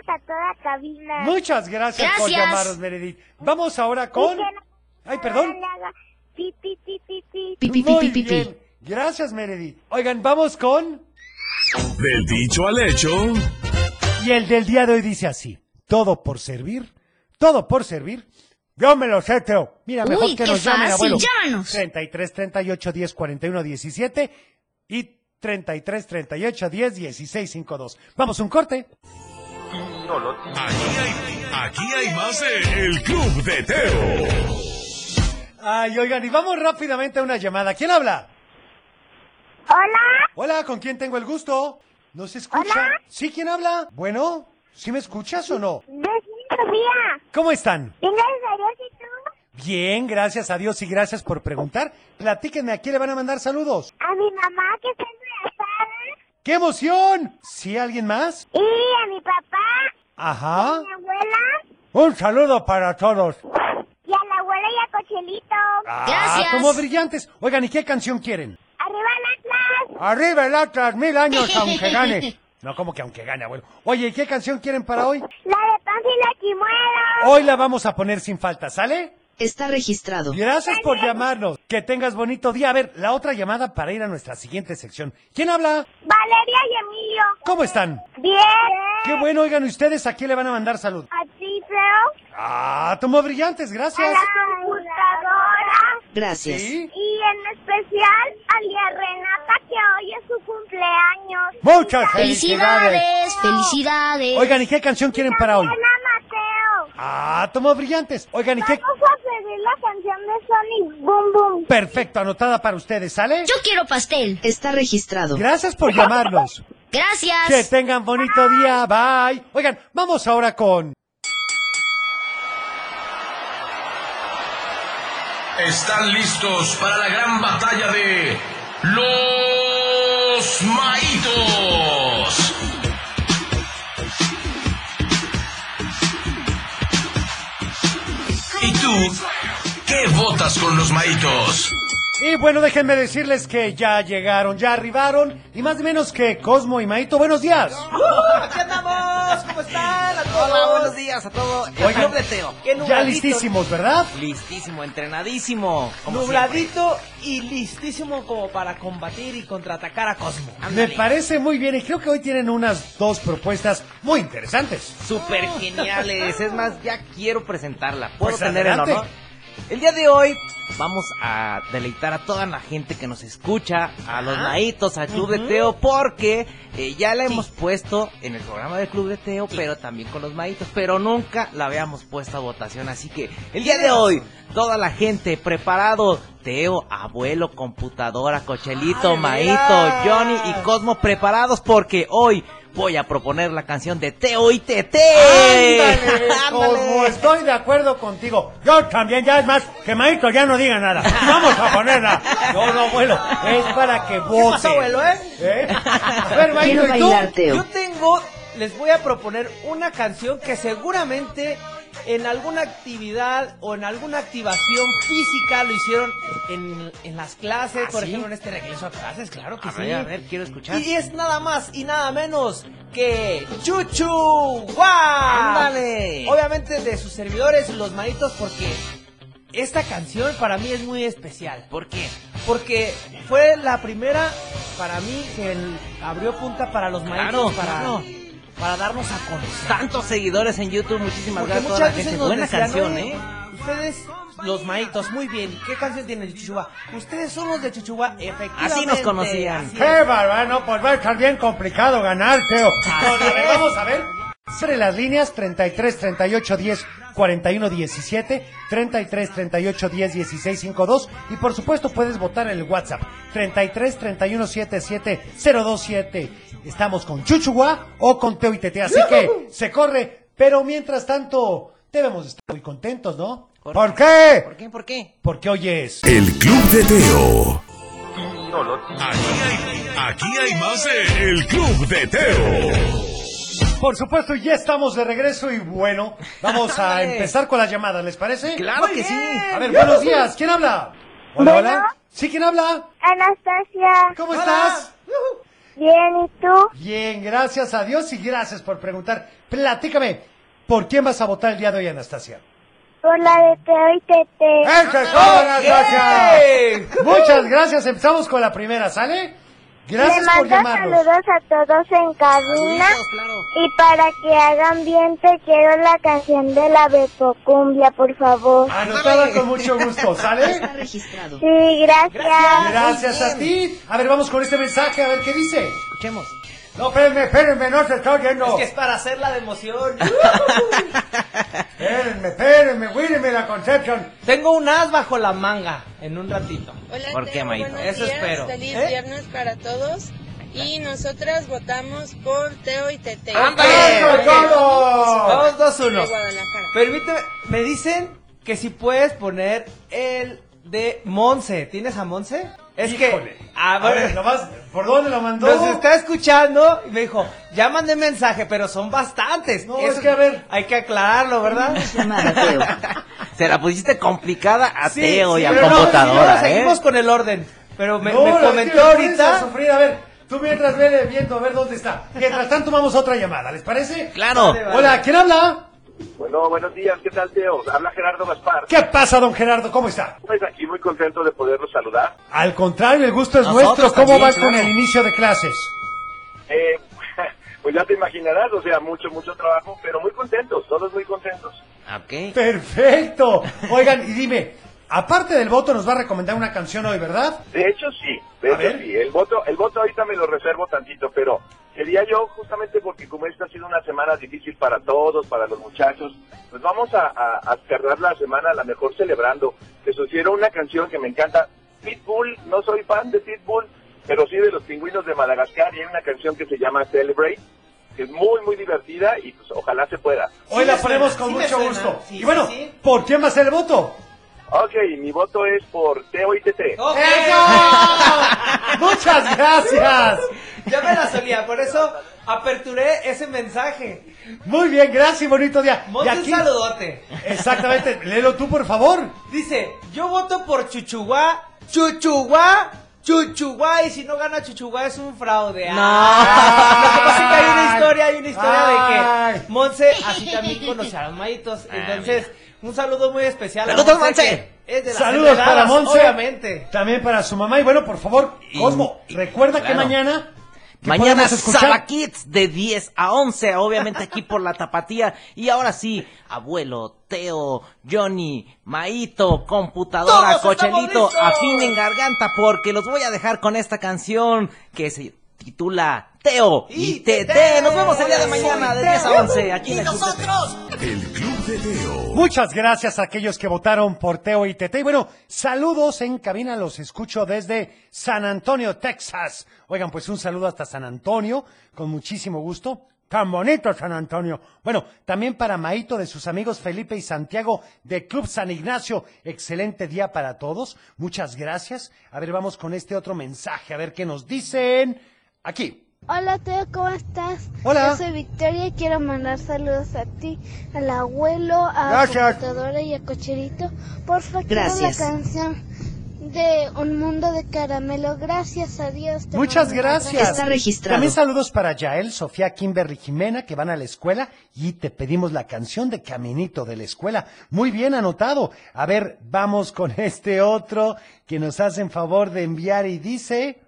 [SPEAKER 16] a toda cabina.
[SPEAKER 12] Muchas gracias, por
[SPEAKER 16] Gracias.
[SPEAKER 12] llamaros, Meredith. Vamos ahora con...
[SPEAKER 16] Y que la
[SPEAKER 12] Ay, perdón.
[SPEAKER 16] le haga pi, pi, pi, pi, pi.
[SPEAKER 12] Muy bien. Gracias, Meredith. Oigan, vamos con...
[SPEAKER 2] Del dicho al hecho,
[SPEAKER 12] Y el del día de hoy dice así. Todo por servir, todo por servir. Yo me lo sé, Teo. Mira, mejor
[SPEAKER 5] Uy,
[SPEAKER 12] que
[SPEAKER 5] qué
[SPEAKER 12] nos llamen,
[SPEAKER 5] fácil,
[SPEAKER 12] abuelo.
[SPEAKER 5] llámanos.
[SPEAKER 12] 33 38 10 41 17 y 33 38 10 16 52. Vamos, un corte.
[SPEAKER 2] aquí hay, aquí hay más de El Club de Teo.
[SPEAKER 12] Ay, oigan, y vamos rápidamente a una llamada. ¿Quién habla?
[SPEAKER 16] Hola,
[SPEAKER 12] Hola, ¿con quién tengo el gusto? ¿No se escucha? ¿Sí, quién habla? Bueno, ¿sí me escuchas o no?
[SPEAKER 16] vecino Sofía.
[SPEAKER 12] ¿Cómo están?
[SPEAKER 16] ¿Tienes varios y tú?
[SPEAKER 12] Bien, gracias a Dios y gracias por preguntar. Platíquenme, ¿a quién le van a mandar saludos?
[SPEAKER 16] A mi mamá que está embarazada
[SPEAKER 12] ¡Qué emoción! ¿Sí, alguien más?
[SPEAKER 16] y a mi papá,
[SPEAKER 12] Ajá.
[SPEAKER 16] a mi abuela
[SPEAKER 12] Un saludo para todos.
[SPEAKER 16] y a la abuela y a Cochelito.
[SPEAKER 12] Ah, como brillantes. Oigan, ¿y qué canción quieren?
[SPEAKER 16] ¡Arriba el Atlas!
[SPEAKER 12] Arriba el Atlas, mil años aunque gane. No, como que aunque gane, abuelo. Oye, ¿y qué canción quieren para hoy?
[SPEAKER 16] ¡La de Panfilo Chimuelo!
[SPEAKER 12] Hoy la vamos a poner sin falta, ¿sale?
[SPEAKER 10] Está registrado.
[SPEAKER 12] Gracias por llamarnos. Que tengas bonito día. A ver, la otra llamada para ir a nuestra siguiente sección. ¿Quién habla?
[SPEAKER 16] ¡Valeria y Emilio!
[SPEAKER 12] ¿Cómo están?
[SPEAKER 16] ¡Bien!
[SPEAKER 12] Qué bueno, oigan, ustedes a quién le van a mandar salud.
[SPEAKER 16] ¿A ti, Feo?
[SPEAKER 12] Ah, tomó brillantes,
[SPEAKER 16] ¡A
[SPEAKER 12] gracias.
[SPEAKER 16] la computadora!
[SPEAKER 10] Gracias.
[SPEAKER 16] Y en especial a Lía Renata que hoy es su cumpleaños.
[SPEAKER 12] Muchas
[SPEAKER 16] Felicidades,
[SPEAKER 12] felicidades.
[SPEAKER 16] felicidades.
[SPEAKER 12] Oigan, ¿y qué canción quieren para hoy?
[SPEAKER 16] Ana Mateo.
[SPEAKER 12] Ah, tomó brillantes. Oigan, ¿y qué?
[SPEAKER 16] Vamos a pedir la canción de Sonic Boom Boom.
[SPEAKER 12] Perfecto, anotada para ustedes, ¿sale?
[SPEAKER 5] Yo quiero pastel.
[SPEAKER 10] Está registrado.
[SPEAKER 12] Gracias por llamarnos.
[SPEAKER 5] Gracias.
[SPEAKER 12] Que tengan bonito día, bye. Oigan, vamos ahora con...
[SPEAKER 2] Están listos para la gran batalla de los maitos. ¿Y tú qué votas con los maitos?
[SPEAKER 12] Y bueno, déjenme decirles que ya llegaron, ya arribaron, y más o menos que Cosmo y Maito, buenos días.
[SPEAKER 20] ¿Qué andamos? ¿Cómo están? A todos.
[SPEAKER 21] Hola, buenos días a todos. El
[SPEAKER 12] Oigan,
[SPEAKER 21] Club de Teo. Qué
[SPEAKER 12] Ya
[SPEAKER 21] nubladito.
[SPEAKER 12] listísimos, ¿verdad?
[SPEAKER 21] Listísimo, entrenadísimo. como Nubladito y listísimo como para combatir y contraatacar a Cosmo.
[SPEAKER 12] Me parece muy bien y creo que hoy tienen unas dos propuestas muy interesantes.
[SPEAKER 21] Súper geniales. Es más, ya quiero presentarla. ¿Puedo
[SPEAKER 12] Pues
[SPEAKER 21] tener
[SPEAKER 12] adelante.
[SPEAKER 21] el honor? El día de hoy vamos a deleitar a toda la gente que nos escucha, a los
[SPEAKER 20] Ajá.
[SPEAKER 21] naitos, al Club
[SPEAKER 20] Ujú.
[SPEAKER 21] de Teo, porque eh, ya la hemos puesto en el programa del Club de Teo, pero también con los maitos, pero nunca la habíamos puesto a votación. Así que el día de hoy, toda la gente preparado. Teo, abuelo, computadora, cochelito,
[SPEAKER 20] ¡Ah, de
[SPEAKER 21] maito,
[SPEAKER 20] veras!
[SPEAKER 21] Johnny y Cosmo preparados porque hoy voy a proponer la canción de Teo y Tete.
[SPEAKER 3] Ándale, [laughs] como estoy de acuerdo contigo. Yo también, ya es más, que Maito ya no diga nada. Vamos a ponerla. No, no, abuelo, es para que vote.
[SPEAKER 21] pasó, abuelo, eh?
[SPEAKER 3] A ver, Maito,
[SPEAKER 21] Quiero
[SPEAKER 3] ¿y tú?
[SPEAKER 21] bailar, Teo.
[SPEAKER 22] Yo tengo, les voy a proponer una canción que seguramente en alguna actividad o en alguna activación física lo hicieron en, en las clases,
[SPEAKER 21] ¿Ah,
[SPEAKER 22] por
[SPEAKER 21] sí?
[SPEAKER 22] ejemplo en este regreso a clases, claro que
[SPEAKER 21] A
[SPEAKER 22] sí.
[SPEAKER 21] ver, a ver, quiero escuchar.
[SPEAKER 22] Y es nada más y nada menos que Chuchu Guá.
[SPEAKER 21] Ándale.
[SPEAKER 22] Obviamente de sus servidores, los manitos, porque esta canción para mí es muy especial.
[SPEAKER 21] ¿Por qué?
[SPEAKER 22] Porque fue la primera para mí que el- abrió punta para los
[SPEAKER 21] Claro,
[SPEAKER 22] manitos para,
[SPEAKER 21] claro.
[SPEAKER 22] para darnos a conocer.
[SPEAKER 21] Tantos seguidores en YouTube, muchísimas
[SPEAKER 22] Porque
[SPEAKER 21] gracias a toda la
[SPEAKER 22] muchas veces
[SPEAKER 21] gente.
[SPEAKER 22] nos
[SPEAKER 21] Buena
[SPEAKER 22] decían,
[SPEAKER 21] canción,
[SPEAKER 22] "Oye,
[SPEAKER 21] ¿eh?
[SPEAKER 22] Ustedes, los maitos, muy bien. ¿Qué canción tienen de Chuchuba? Ustedes son los de Chuchuba, efectivamente.
[SPEAKER 21] Así nos conocían.
[SPEAKER 22] así es.
[SPEAKER 3] ¡Qué bárbaro! No, pues va a estar bien complicado ganar, Teo. No, no, a ver, vamos a ver.
[SPEAKER 12] Sobre las líneas 33 38 10 41 17, 33 38 10 16 52 y por supuesto puedes votar en el WhatsApp 33 31 77 027. Estamos con Chuchuá o con Teo y Tete, así que se corre, pero mientras tanto debemos estar muy contentos, ¿no? ¿Por qué?
[SPEAKER 21] ¿Por qué? ¿Por qué?
[SPEAKER 12] Porque hoy es
[SPEAKER 2] El Club de Teo. Aquí hay, aquí hay más de El Club de Teo.
[SPEAKER 12] Por supuesto, ya estamos de regreso y bueno, vamos a
[SPEAKER 3] Dale.
[SPEAKER 12] empezar con las llamadas, ¿les parece?
[SPEAKER 3] Claro que sí.
[SPEAKER 12] A ver, buenos días, ¿quién habla? Hola, hola. ¿Sí, quién habla?
[SPEAKER 16] Anastasia.
[SPEAKER 12] ¿Cómo estás?
[SPEAKER 16] Bien, ¿y tú?
[SPEAKER 12] Bien, gracias a Dios y gracias por preguntar. Platícame, ¿por quién vas a votar el día de hoy, Anastasia?
[SPEAKER 16] Por la de Teo y
[SPEAKER 3] Eh,
[SPEAKER 16] Tete.
[SPEAKER 12] ¡Eso es todo, Anastasia! Muchas gracias, empezamos con la primera, ¿sale? Gracias
[SPEAKER 16] Le
[SPEAKER 12] por
[SPEAKER 16] mando
[SPEAKER 12] llamarnos.
[SPEAKER 16] saludos a todos en cabina. Y para que hagan bien, te quiero la canción de la Bepocumbia, por favor.
[SPEAKER 12] Anotada con mucho gusto, ¿sale?
[SPEAKER 16] Sí, gracias.
[SPEAKER 12] Gracias a ti. A ver, vamos con este mensaje, a ver qué dice.
[SPEAKER 21] Escuchemos.
[SPEAKER 12] No, espérenme, espérenme, no se está oyendo.
[SPEAKER 22] Es que es para hacer la de
[SPEAKER 21] [laughs]
[SPEAKER 22] emoción.
[SPEAKER 12] Espérenme, espérenme, güírenme la Concepción.
[SPEAKER 22] Tengo un as bajo la manga en un ratito.
[SPEAKER 4] Hola,
[SPEAKER 22] ¿Por qué,
[SPEAKER 4] Teo,
[SPEAKER 22] Maito?
[SPEAKER 4] buenos
[SPEAKER 22] Eso
[SPEAKER 4] días,
[SPEAKER 22] espero.
[SPEAKER 4] Feliz
[SPEAKER 22] ¿Eh?
[SPEAKER 4] viernes para todos. Y nosotras votamos por Teo y Tete.
[SPEAKER 12] Ah,
[SPEAKER 22] ¡Ándale!
[SPEAKER 4] Vamos
[SPEAKER 22] Vamos dos uno.
[SPEAKER 4] De Guadalajara.
[SPEAKER 22] Permíteme, me dicen que si puedes poner el de Monse. ¿Tienes a Monse? Es que. A
[SPEAKER 12] A ver, nomás, ¿por dónde lo mandó?
[SPEAKER 22] Nos está escuchando y me dijo, ya mandé mensaje, pero son bastantes. No,
[SPEAKER 12] es que, a
[SPEAKER 22] ver. Hay que aclararlo, ¿verdad?
[SPEAKER 21] Se la pusiste complicada a
[SPEAKER 22] Sí,
[SPEAKER 21] Teo y
[SPEAKER 22] sí,
[SPEAKER 21] a
[SPEAKER 22] pero no,
[SPEAKER 21] computadora,
[SPEAKER 22] señora,
[SPEAKER 21] ¿eh?
[SPEAKER 22] Seguimos con el orden. Pero me,
[SPEAKER 12] No,
[SPEAKER 22] me
[SPEAKER 12] la
[SPEAKER 22] comentó
[SPEAKER 12] tía, pones A,
[SPEAKER 22] ahorita.
[SPEAKER 12] sufrir. a ver, tú mientras vele viendo a ver dónde está. Mientras tanto, vamos a otra llamada, ¿les parece?
[SPEAKER 21] Claro.
[SPEAKER 12] Vale, vale. Hola, ¿quién habla?
[SPEAKER 5] Bueno, buenos días, ¿qué tal, Teo? Habla Gerardo Gaspar.
[SPEAKER 12] ¿Qué pasa, don Gerardo? ¿Cómo está?
[SPEAKER 5] Pues aquí muy contento de poderlos saludar.
[SPEAKER 12] Al contrario, el gusto es
[SPEAKER 5] Nosotros
[SPEAKER 12] nuestro. ¿Cómo
[SPEAKER 5] también,
[SPEAKER 12] va
[SPEAKER 5] claro.
[SPEAKER 12] con el inicio de clases?
[SPEAKER 5] Eh, [laughs] pues ya te imaginarás, o sea, mucho, mucho trabajo, pero muy contentos, todos muy contentos.
[SPEAKER 12] Perfecto. Oigan, y dime, aparte del voto, nos va a recomendar una canción hoy, ¿verdad?
[SPEAKER 5] De hecho, sí, de hecho, sí. El voto, el voto ahorita me lo reservo tantito, pero sería yo justamente porque como esta ha sido una semana difícil para todos, para los muchachos, pues vamos a, a, a cerrar la semana a la mejor celebrando. Te sugiero una canción que me encanta, Pitbull, no soy fan de Pitbull, pero sí de los pingüinos de Madagascar y hay una canción que se llama Celebrate, que es muy, muy divertida y pues ojalá se pueda.
[SPEAKER 12] Hoy la ponemos con mucho gusto. y bueno, ¿por quién va a ser el voto?
[SPEAKER 5] Ok, mi voto es por Teo y
[SPEAKER 22] Oh,
[SPEAKER 5] TT.
[SPEAKER 12] ¡Eso! [laughs] Muchas gracias.
[SPEAKER 22] [laughs] Ya me la solía, por eso aperturé ese mensaje.
[SPEAKER 12] Muy bien, gracias y bonito día.
[SPEAKER 22] Monte
[SPEAKER 12] Y
[SPEAKER 22] un saludote.
[SPEAKER 12] Exactamente, léelo tú por favor.
[SPEAKER 22] Dice, yo voto por Chuchuá, Chuchuá, Chuchuá, y si no gana Chuchuá es un fraude. Ah, Lo que pasa es que hay una historia, hay una historia de que Monse así también conoce a los maitos. Entonces, un saludo muy especial. a
[SPEAKER 12] ¡Saludos,
[SPEAKER 22] que Es de las
[SPEAKER 12] Saludos para
[SPEAKER 22] heredadas,
[SPEAKER 12] Monse.
[SPEAKER 22] Obviamente.
[SPEAKER 12] También para su mamá. Y bueno, por favor, Cosmo, recuerda que
[SPEAKER 21] claro.
[SPEAKER 12] mañana. que
[SPEAKER 21] Mañana
[SPEAKER 12] podemos escuchar-
[SPEAKER 21] Saba Kids de 10 a 11, obviamente aquí por la tapatía. Y ahora sí, abuelo, Teo, Johnny, Maito, computadora, Todos estamos cochelito, listos. afinen garganta porque los voy a dejar con esta canción que se titula Teo y Tete. Nos vemos el día de mañana de 10 a 11 aquí en el Club TT.
[SPEAKER 2] El Club de Teo.
[SPEAKER 12] Muchas gracias a aquellos que votaron por Teo y Tete. Y bueno, saludos en cabina, los escucho desde San Antonio, Texas. Oigan, pues un saludo hasta San Antonio, con muchísimo gusto. Tan bonito San Antonio. Bueno, también para Maito de sus amigos Felipe y Santiago de Club San Ignacio. Excelente día para todos. Muchas gracias. A ver, vamos con este otro mensaje, a ver qué nos dicen aquí.
[SPEAKER 7] Hola Teo, ¿cómo estás?
[SPEAKER 12] Hola.
[SPEAKER 7] Yo soy Victoria y quiero mandar saludos a ti, al abuelo, a la
[SPEAKER 12] Gracias.
[SPEAKER 7] computadora y a Cocherito. Porfa, quiero
[SPEAKER 12] Gracias.
[SPEAKER 7] la canción de Un Mundo de Caramelo. Gracias, adiós. te
[SPEAKER 12] Muchas
[SPEAKER 7] mando un
[SPEAKER 12] gracias.
[SPEAKER 7] abrazo.
[SPEAKER 12] También saludos para Yael, Sofía, Kimberly, Jimena, que van a la escuela y te pedimos la canción de Caminito de la Escuela. Muy bien anotado. A ver, vamos con este otro que nos hacen favor de enviar y dice...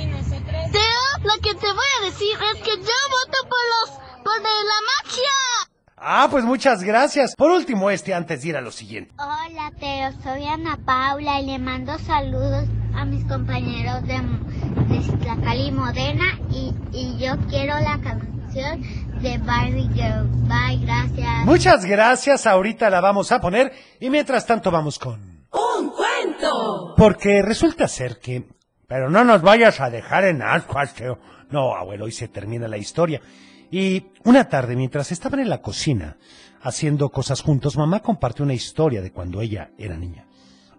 [SPEAKER 16] Teo, lo que te voy a decir es que yo voto por los. por de la magia.
[SPEAKER 12] Ah, pues muchas gracias. Por último, este antes de ir a lo siguiente.
[SPEAKER 16] Hola Teo, soy Ana Paula y le mando saludos a mis compañeros de, de Tlaxcala y Modena y, y yo quiero la canción de Barbie Girl. Bye, gracias.
[SPEAKER 12] Muchas gracias, ahorita la vamos a poner y mientras tanto vamos con...
[SPEAKER 16] ¡Un cuento!
[SPEAKER 12] Porque resulta ser que... Pero no nos vayas a dejar en ascuas, Teo. No, abuelo, hoy se termina la historia. Y una tarde, mientras estaban en la cocina, haciendo cosas juntos, mamá compartió una historia de cuando ella era niña.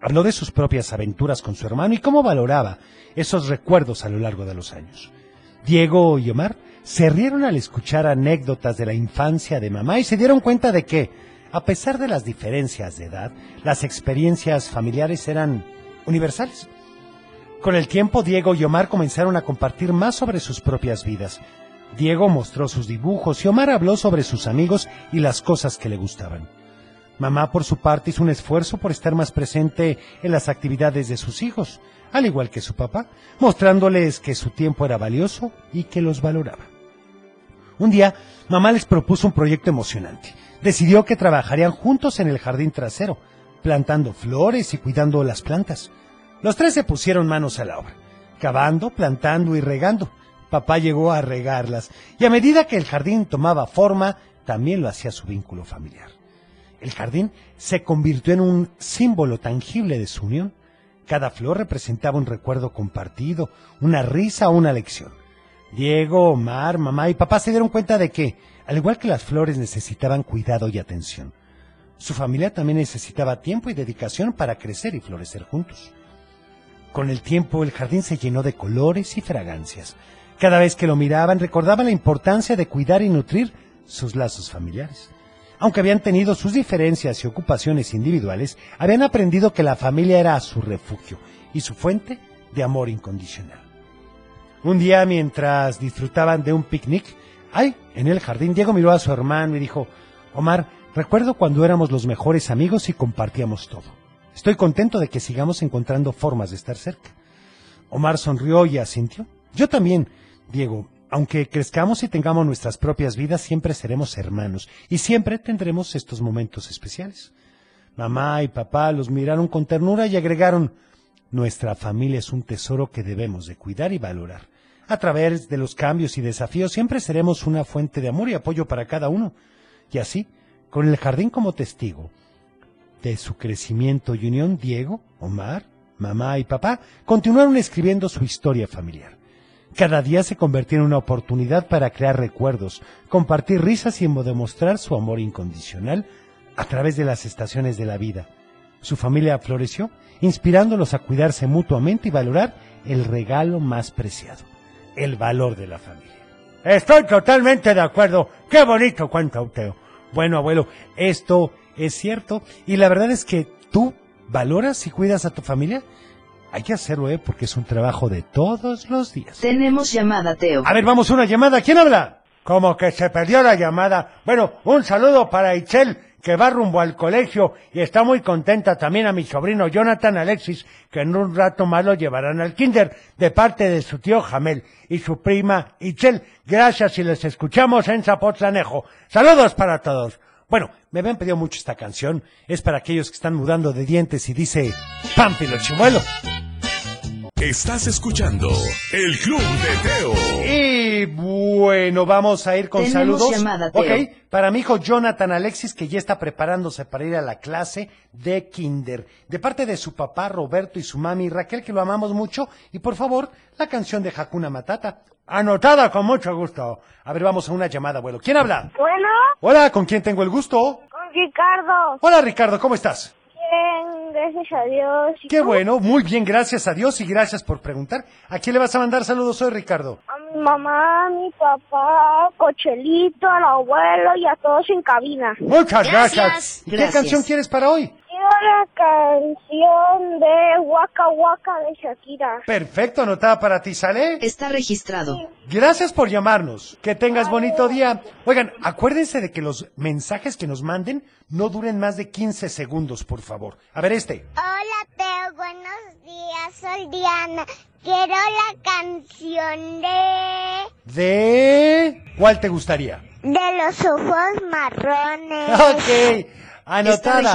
[SPEAKER 12] Habló de sus propias aventuras con su hermano y cómo valoraba esos recuerdos a lo largo de los años. Diego y Omar se rieron al escuchar anécdotas de la infancia de mamá y se dieron cuenta de que, a pesar de las diferencias de edad, las experiencias familiares eran universales. Con el tiempo, Diego y Omar comenzaron a compartir más sobre sus propias vidas. Diego mostró sus dibujos y Omar habló sobre sus amigos y las cosas que le gustaban. Mamá, por su parte, hizo un esfuerzo por estar más presente en las actividades de sus hijos, al igual que su papá, mostrándoles que su tiempo era valioso y que los valoraba. Un día, mamá les propuso un proyecto emocionante. Decidió que trabajarían juntos en el jardín trasero, plantando flores y cuidando las plantas. Los tres se pusieron manos a la obra, cavando, plantando y regando. Papá llegó a regarlas, y a medida que el jardín tomaba forma, también lo hacía su vínculo familiar. El jardín se convirtió en un símbolo tangible de su unión. Cada flor representaba un recuerdo compartido, una risa o una lección. Diego, Omar, mamá y papá se dieron cuenta de que, al igual que las flores necesitaban cuidado y atención, su familia también necesitaba tiempo y dedicación para crecer y florecer juntos. Con el tiempo el jardín se llenó de colores y fragancias. Cada vez que lo miraban recordaban la importancia de cuidar y nutrir sus lazos familiares. Aunque habían tenido sus diferencias y ocupaciones individuales, habían aprendido que la familia era su refugio y su fuente de amor incondicional. Un día mientras disfrutaban de un picnic, ay, en el jardín Diego miró a su hermano y dijo, Omar, recuerdo cuando éramos los mejores amigos y compartíamos todo. Estoy contento de que sigamos encontrando formas de estar cerca. Omar sonrió y asintió. Yo también, Diego, aunque crezcamos y tengamos nuestras propias vidas, siempre seremos hermanos y siempre tendremos estos momentos especiales. Mamá y papá los miraron con ternura y agregaron, nuestra familia es un tesoro que debemos de cuidar y valorar. A través de los cambios y desafíos siempre seremos una fuente de amor y apoyo para cada uno. Y así, con el jardín como testigo de su crecimiento y unión, Diego, Omar, mamá y papá continuaron escribiendo su historia familiar. Cada día se convertía en una oportunidad para crear recuerdos, compartir risas y demostrar su amor incondicional a través de las estaciones de la vida. Su familia floreció, inspirándolos a cuidarse mutuamente y valorar el regalo más preciado, el valor de la familia. Estoy totalmente de acuerdo. Qué bonito cuento, Teo. Bueno, abuelo, esto es cierto. Y la verdad es que tú valoras y cuidas a tu familia. Hay que hacerlo, ¿eh? Porque es un trabajo de todos los días.
[SPEAKER 23] Tenemos llamada, Teo.
[SPEAKER 12] A ver, vamos, una llamada. ¿Quién habla? Como que se perdió la llamada. Bueno, un saludo para Itzel, que va rumbo al colegio y está muy contenta también a mi sobrino Jonathan Alexis, que en un rato más lo llevarán al kinder, de parte de su tío Jamel y su prima Itzel. Gracias y les escuchamos en Zapotlanejo. Saludos para todos. Bueno, me habían pedido mucho esta canción. Es para aquellos que están mudando de dientes y dice, Pámpilo Chimuelo.
[SPEAKER 2] Estás escuchando el Club de Teo.
[SPEAKER 12] Y bueno, vamos a ir con
[SPEAKER 2] Tenemos
[SPEAKER 12] saludos.
[SPEAKER 2] llamada, Teo.
[SPEAKER 12] ok, para mi hijo Jonathan Alexis, que ya está preparándose para ir a la clase de Kinder. De parte de su papá Roberto y su mami Raquel, que lo amamos mucho. Y por favor, la canción de Hakuna Matata. Anotada con mucho gusto. A ver, vamos a una llamada, abuelo. ¿Quién habla?
[SPEAKER 7] Bueno,
[SPEAKER 12] Hola, ¿con quién tengo el gusto?
[SPEAKER 7] con Ricardo.
[SPEAKER 12] Hola, Ricardo, ¿cómo estás?
[SPEAKER 7] Bien, gracias a Dios. ¿Y
[SPEAKER 12] Qué
[SPEAKER 7] tú?
[SPEAKER 12] bueno, muy bien, gracias a Dios y gracias por preguntar. ¿A quién le vas a mandar saludos hoy, Ricardo?
[SPEAKER 7] A mi mamá, a mi papá, a Cochelito, al abuelo y a todos en cabina.
[SPEAKER 12] Muchas gracias. ¿Y qué
[SPEAKER 7] Gracias.
[SPEAKER 12] canción quieres para hoy?
[SPEAKER 7] Quiero la canción de Waka Waka de Shakira.
[SPEAKER 12] Perfecto, anotada para ti, ¿sale?
[SPEAKER 7] Está registrado.
[SPEAKER 12] Gracias por llamarnos. Que tengas bonito día. Oigan, acuérdense de que los mensajes que nos manden no duren más de 15 segundos, por favor. A ver este.
[SPEAKER 7] Hola Teo, buenos días, soy Diana. Quiero la canción de...
[SPEAKER 12] ¿De cuál te gustaría?
[SPEAKER 7] De los ojos marrones.
[SPEAKER 12] Ok, anotada.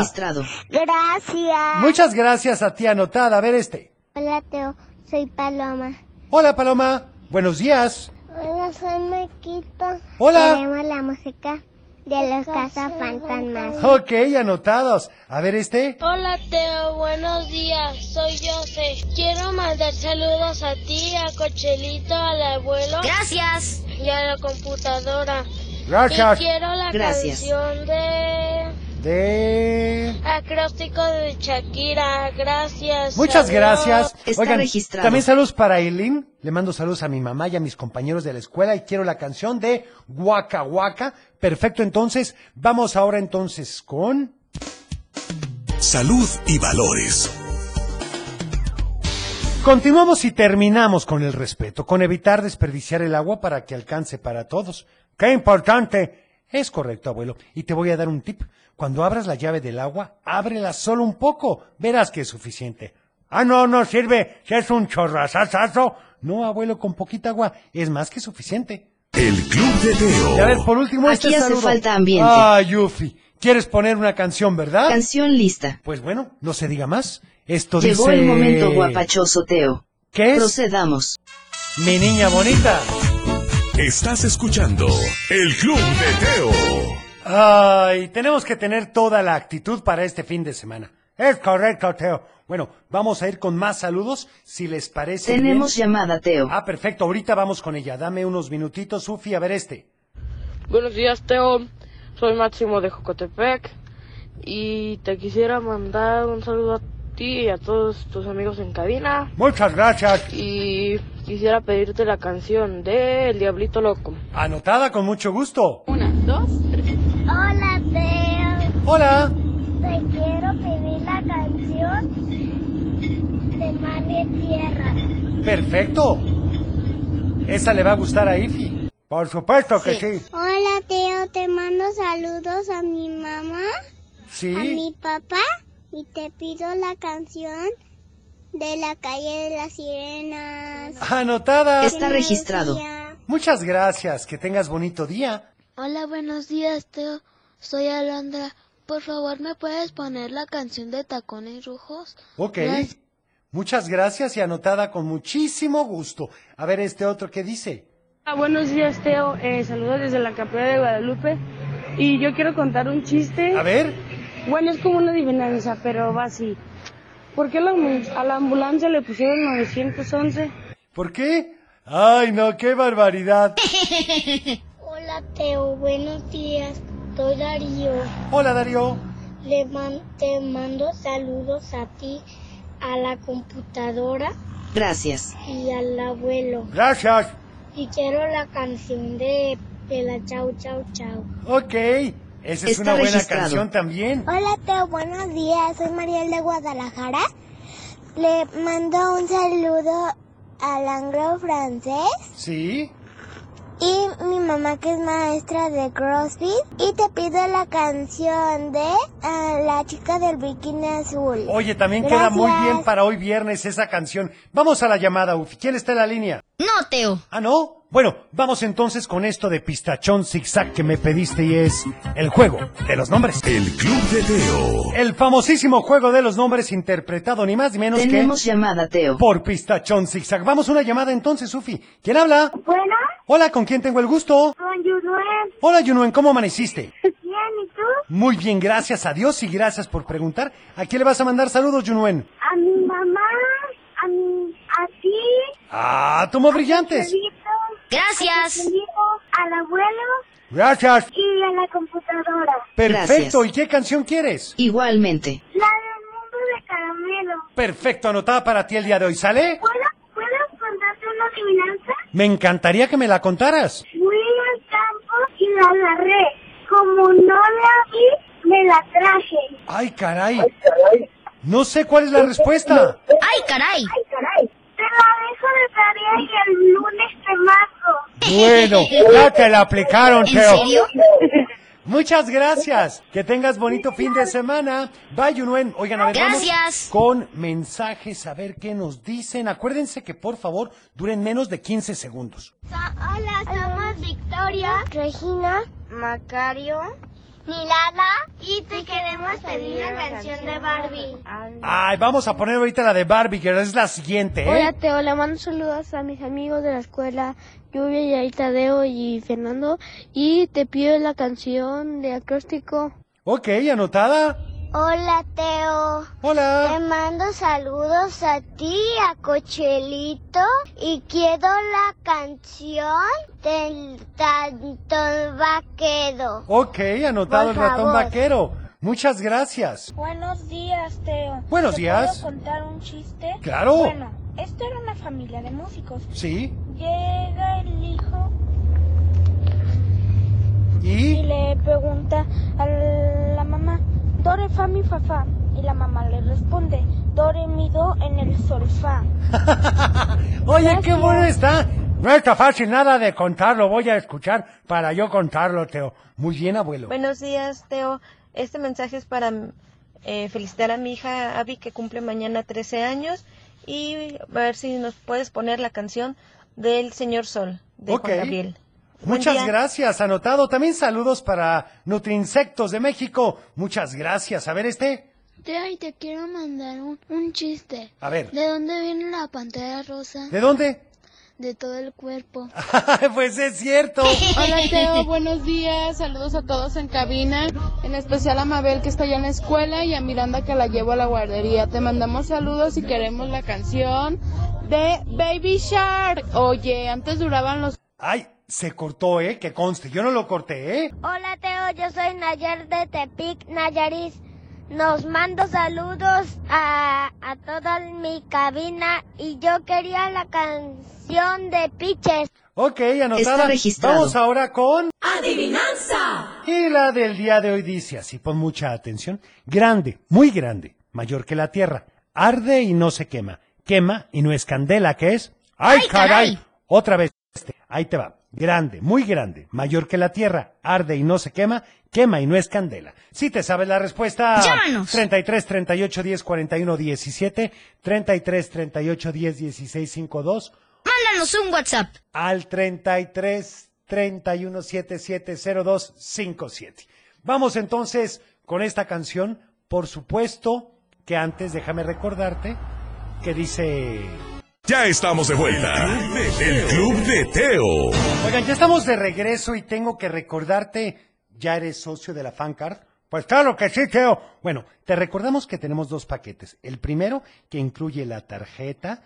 [SPEAKER 7] Gracias.
[SPEAKER 12] Muchas gracias a ti, anotada. A ver este.
[SPEAKER 7] Hola Teo, soy Paloma.
[SPEAKER 12] Hola, Paloma. Buenos días.
[SPEAKER 7] Hola, soy Mequito.
[SPEAKER 12] Hola.
[SPEAKER 7] Queremos la música de los cazafantasmas.
[SPEAKER 12] Ok, anotados. A ver este.
[SPEAKER 15] Hola Teo, buenos días, soy Jose. Quiero mandar saludos a ti, a Cochelito, al abuelo. Gracias. Y a la computadora.
[SPEAKER 12] Gracias.
[SPEAKER 15] Y quiero la
[SPEAKER 12] Gracias.
[SPEAKER 15] canción de
[SPEAKER 12] De...
[SPEAKER 15] Acróstico de Shakira. Gracias.
[SPEAKER 12] Muchas
[SPEAKER 15] Adiós.
[SPEAKER 12] gracias. Oigan, También saludos para Eileen. Le mando saludos a mi mamá y a mis compañeros de la escuela y quiero la canción de Waka Waka. Perfecto, entonces vamos ahora entonces con...
[SPEAKER 2] Salud y valores.
[SPEAKER 12] Continuamos y terminamos con el respeto, con evitar desperdiciar el agua para que alcance para todos. ¡Qué importante! Es correcto, abuelo. Y te voy a dar un tip. Cuando abras la llave del agua, ábrela solo un poco. Verás que es suficiente. Ah, no, no sirve. Si es un chorrazazazo. No, abuelo, con poquita agua es más que suficiente.
[SPEAKER 2] El Club de Teo.
[SPEAKER 12] Y a ver, por último, este
[SPEAKER 2] Aquí hace
[SPEAKER 12] saludo.
[SPEAKER 2] falta ambiente.
[SPEAKER 12] Ah, Yuffie. ¿Quieres poner una canción, verdad?
[SPEAKER 3] Canción lista.
[SPEAKER 12] Pues bueno, no se diga más. Ah. Esto
[SPEAKER 3] Llegó
[SPEAKER 12] dice...
[SPEAKER 3] el momento guapachoso, Teo.
[SPEAKER 12] ¿Qué es?
[SPEAKER 3] Procedamos.
[SPEAKER 12] Mi niña bonita.
[SPEAKER 2] Estás escuchando el Club de Teo.
[SPEAKER 12] Ay, tenemos que tener toda la actitud para este fin de semana. Es correcto, Teo. Bueno, vamos a ir con más saludos, si les parece.
[SPEAKER 3] Tenemos
[SPEAKER 12] bien.
[SPEAKER 3] llamada, Teo.
[SPEAKER 12] Ah, perfecto, ahorita vamos con ella. Dame unos minutitos, Sufi, a ver este.
[SPEAKER 8] Buenos días, Teo. Soy Máximo de Jocotepec y te quisiera mandar un saludo a ti y a todos tus amigos en cabina.
[SPEAKER 12] Muchas gracias.
[SPEAKER 8] Y quisiera pedirte la canción de El Diablito Loco.
[SPEAKER 12] Anotada con mucho gusto.
[SPEAKER 8] Una, dos, tres.
[SPEAKER 7] Hola Teo,
[SPEAKER 12] Hola.
[SPEAKER 7] te quiero pedir la canción de Mar de Tierra.
[SPEAKER 12] Perfecto. Esa le va a gustar a Ifi. Por supuesto que sí.
[SPEAKER 7] Hola Teo, te mando saludos a mi mamá,
[SPEAKER 12] Sí.
[SPEAKER 7] a mi papá y te pido la canción de la calle de las sirenas.
[SPEAKER 12] Anotada.
[SPEAKER 7] Ah, Está registrado.
[SPEAKER 12] Muchas gracias. Que tengas bonito día.
[SPEAKER 24] Hola, buenos días, Teo. Soy Alondra. Por favor, ¿me puedes poner la canción de Tacones Rojos?
[SPEAKER 12] Ok.
[SPEAKER 24] Gracias.
[SPEAKER 12] Muchas gracias y anotada con muchísimo gusto. A ver este otro que dice.
[SPEAKER 8] Ah, buenos días, Teo. Eh, saludos desde la capilla de Guadalupe. Y yo quiero contar un chiste.
[SPEAKER 12] A ver.
[SPEAKER 8] Bueno, es como una adivinanza, pero va así. ¿Por qué la ambu- a la ambulancia le pusieron 911?
[SPEAKER 12] ¿Por qué? Ay, no, qué barbaridad.
[SPEAKER 25] Hola Teo, buenos días. Soy Darío.
[SPEAKER 12] Hola, Darío.
[SPEAKER 25] Le man- te mando saludos a ti, a la computadora
[SPEAKER 3] Gracias.
[SPEAKER 25] y al abuelo.
[SPEAKER 12] Gracias.
[SPEAKER 25] Y quiero la canción de, de la Chau Chau Chau.
[SPEAKER 12] Ok. Esa es
[SPEAKER 25] Está
[SPEAKER 12] una buena
[SPEAKER 25] registrado.
[SPEAKER 12] canción también.
[SPEAKER 25] Hola Teo, buenos días. Soy Mariel de Guadalajara. Le mando un saludo al anglo francés
[SPEAKER 12] Sí.
[SPEAKER 25] y mi mamá que es maestra de CrossFit. Y te pido la canción de ah, la chica del bikini azul.
[SPEAKER 12] Oye, también queda
[SPEAKER 25] Gracias.
[SPEAKER 12] muy bien para hoy viernes esa canción. Vamos a la llamada, Ufi. ¿Quién está en la línea?
[SPEAKER 26] No, Teo.
[SPEAKER 12] Ah, ¿no? Bueno, vamos entonces con esto de pistachón zigzag que me pediste y es el juego de los nombres.
[SPEAKER 2] El Club de Teo.
[SPEAKER 12] El famosísimo juego de los nombres interpretado ni más ni menos que...
[SPEAKER 27] Tenemos llamada, Teo.
[SPEAKER 12] Por pistachón zigzag. Vamos una llamada entonces, Sufi. ¿Quién habla?
[SPEAKER 16] Bueno,
[SPEAKER 12] Hola, ¿con quién tengo el gusto?
[SPEAKER 16] con Yuduen.
[SPEAKER 12] Hola, Yunuen, ¿cómo amaneciste?
[SPEAKER 16] Bien, ¿y tú?
[SPEAKER 12] Muy bien, gracias a Dios y gracias por preguntar. ¿A quién le vas a mandar saludos, Yunuen?
[SPEAKER 16] A mi mamá, a mi, a ti.
[SPEAKER 12] Ah, tomo brillantes.
[SPEAKER 16] Gracias. Al abuelo
[SPEAKER 12] Gracias.
[SPEAKER 16] y a la computadora.
[SPEAKER 12] Perfecto, ¿y qué canción quieres?
[SPEAKER 27] Igualmente.
[SPEAKER 16] La del mundo de caramelo.
[SPEAKER 12] Perfecto, anotada para ti el día de hoy, ¿sale?
[SPEAKER 16] ¿Puedo, ¿puedo contarte una adivinanza?
[SPEAKER 12] Me encantaría que me la contaras.
[SPEAKER 16] Fui al campo y la agarré. Como no la vi, me la traje.
[SPEAKER 12] Ay, caray. No sé cuál es la respuesta.
[SPEAKER 16] ¡Ay, caray! ¡Ay, caray! Te la dejo de tarea y el lunes te marco.
[SPEAKER 12] Bueno, ya te la aplicaron,
[SPEAKER 16] ¿En
[SPEAKER 12] Teo.
[SPEAKER 16] serio?
[SPEAKER 12] Muchas gracias. Que tengas bonito fin de semana. Bye, Yunuen. Oigan, a ver, vamos
[SPEAKER 27] Gracias.
[SPEAKER 12] con mensajes a ver qué nos dicen. Acuérdense que, por favor, duren menos de 15 segundos.
[SPEAKER 16] Hola, somos Victoria, Regina, Macario, Milana y te queremos pedir la canción de Barbie.
[SPEAKER 12] Ay, vamos a poner ahorita la de Barbie, que es la siguiente,
[SPEAKER 7] Hola
[SPEAKER 12] ¿eh?
[SPEAKER 7] Teo, le mando saludos a mis amigos de la escuela Lluvia y ahí Tadeo y Fernando y te pido la canción de acróstico.
[SPEAKER 12] Ok, anotada.
[SPEAKER 7] Hola Teo.
[SPEAKER 12] Hola.
[SPEAKER 16] Em,
[SPEAKER 7] Te mando saludos a ti, a Cochelito y quiero la canción del tanto vaquero.
[SPEAKER 12] Ok, anotado
[SPEAKER 7] Por
[SPEAKER 12] el ratón
[SPEAKER 7] favor.
[SPEAKER 12] vaquero. Muchas gracias.
[SPEAKER 11] Buenos días, Teo.
[SPEAKER 12] Buenos
[SPEAKER 11] ¿Te
[SPEAKER 12] días.
[SPEAKER 11] ¿Puedo contar un chiste?
[SPEAKER 12] Claro.
[SPEAKER 11] Bueno, esto era una familia de músicos.
[SPEAKER 12] ¿Sí?
[SPEAKER 11] Llega el hijo
[SPEAKER 12] ¿Y?
[SPEAKER 11] le pregunta a la mamá, Dore fa mi fa fa. Y la mamá le responde, Dore mi do en el sol fa.
[SPEAKER 12] Oye, qué bueno está. No está fácil nada de contarlo. Voy a escuchar para yo contarlo, Teo. Muy bien, abuelo.
[SPEAKER 8] Buenos días, Teo. Este mensaje es para eh, felicitar a mi hija Abby, que cumple mañana 13 años, y a ver si nos puedes poner la canción del Señor Sol, de
[SPEAKER 12] Ok.
[SPEAKER 8] Juan Gabriel. Buen
[SPEAKER 12] Muchas
[SPEAKER 8] día.
[SPEAKER 12] gracias, anotado. También saludos para Nutrinsectos de México. Muchas gracias. A ver, este.
[SPEAKER 9] Teo, y te quiero mandar un, un chiste.
[SPEAKER 12] A ver.
[SPEAKER 9] ¿De dónde viene la pantera rosa?
[SPEAKER 12] ¿De dónde? [laughs]
[SPEAKER 9] De todo el
[SPEAKER 28] [laughs]
[SPEAKER 9] cuerpo.
[SPEAKER 12] pues es cierto.
[SPEAKER 28] Hola Teo, buenos días, saludos a todos en cabina, en especial a Mabel que está allá en la escuela y a Miranda que la llevo a la guardería. Te mandamos saludos y queremos la canción de Baby Shark. Oye, antes duraban los...
[SPEAKER 12] Ay, se cortó, ¿eh? Que conste. Yo no lo corté, ¿eh?
[SPEAKER 7] Hola Teo, yo soy Nayar de Tepic, Nayarit. Nos mando saludos a, a toda mi cabina y yo quería la canción de Piches.
[SPEAKER 12] Ok, anotada.
[SPEAKER 7] Está registrado.
[SPEAKER 12] Vamos ahora con...
[SPEAKER 7] ¡Adivinanza!
[SPEAKER 12] Y la del día de hoy dice así, pon mucha atención. Grande, muy grande, mayor que la tierra. Arde y no se quema. Quema y no es candela, que es... ¡Ay,
[SPEAKER 3] ¡Ay,
[SPEAKER 12] caray!
[SPEAKER 3] caray!
[SPEAKER 12] Otra vez este. Ahí te va. Grande, muy grande, mayor que la tierra. Arde y no se quema. Quema y no es candela. Si te sabes la respuesta...
[SPEAKER 27] Llámanos.
[SPEAKER 12] 33 38 10 41 17 33 38 10 16 52
[SPEAKER 27] Mándanos un WhatsApp.
[SPEAKER 12] al 33 31 77 02 57. Vamos entonces con esta canción, por supuesto que antes déjame recordarte que dice,
[SPEAKER 2] Ya estamos de vuelta. El Club de Teo.
[SPEAKER 12] oigan, ya estamos de regreso y tengo que recordarte, ya eres socio de la Fancard. Pues claro que sí, Teo. Bueno, te recordamos que tenemos dos paquetes. El primero, que incluye la tarjeta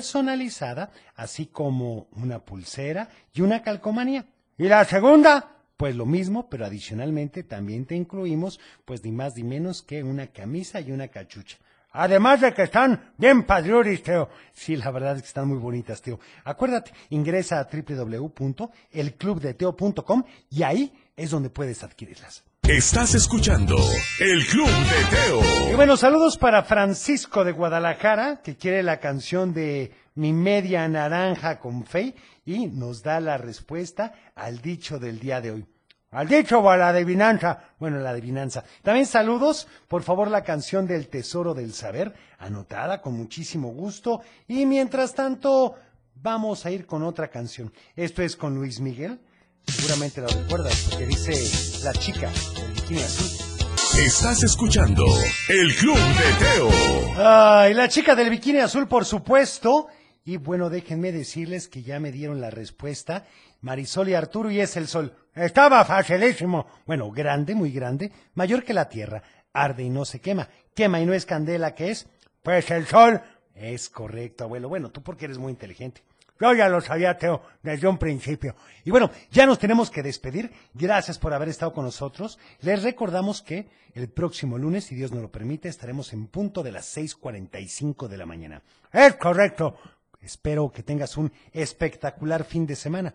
[SPEAKER 12] personalizada, así como una pulsera y una calcomanía. Y la segunda, pues lo mismo, pero adicionalmente también te incluimos, pues ni más ni menos que una camisa y una cachucha. Además de que están bien padruris, Teo. Sí, la verdad es que están muy bonitas, Teo. Acuérdate, ingresa a www.elclubdeteo.com y ahí es donde puedes adquirirlas.
[SPEAKER 2] Estás escuchando El Club de
[SPEAKER 12] Y
[SPEAKER 2] Teo.
[SPEAKER 12] bueno, saludos para Francisco de Guadalajara, que quiere la canción de Mi media naranja con fe y nos da la respuesta al dicho del día de hoy. Al dicho o a la adivinanza. Bueno, la adivinanza. También saludos, por favor, la canción del Tesoro del Saber, anotada con muchísimo gusto. Y mientras tanto, vamos a ir con otra canción. Esto es con Luis Miguel. Seguramente la recuerdas porque dice la chica del bikini azul.
[SPEAKER 2] Estás escuchando El Club de Teo.
[SPEAKER 12] Ay, la chica del bikini azul, por supuesto. Y bueno, déjenme decirles que ya me dieron la respuesta. Marisol y Arturo y es el sol. Estaba facilísimo. Bueno, grande, muy grande, mayor que la tierra. Arde y no se quema. Quema y no es candela, ¿qué es? Pues el sol. Es correcto, abuelo. Bueno, tú porque eres muy inteligente. Yo ya lo sabía, Teo, desde un principio. Y bueno, ya nos tenemos que despedir. Gracias por haber estado con nosotros. Les recordamos que el próximo lunes, si Dios nos lo permite, estaremos en punto de las 6.45 de la mañana. Es correcto. Espero que tengas un espectacular fin de semana.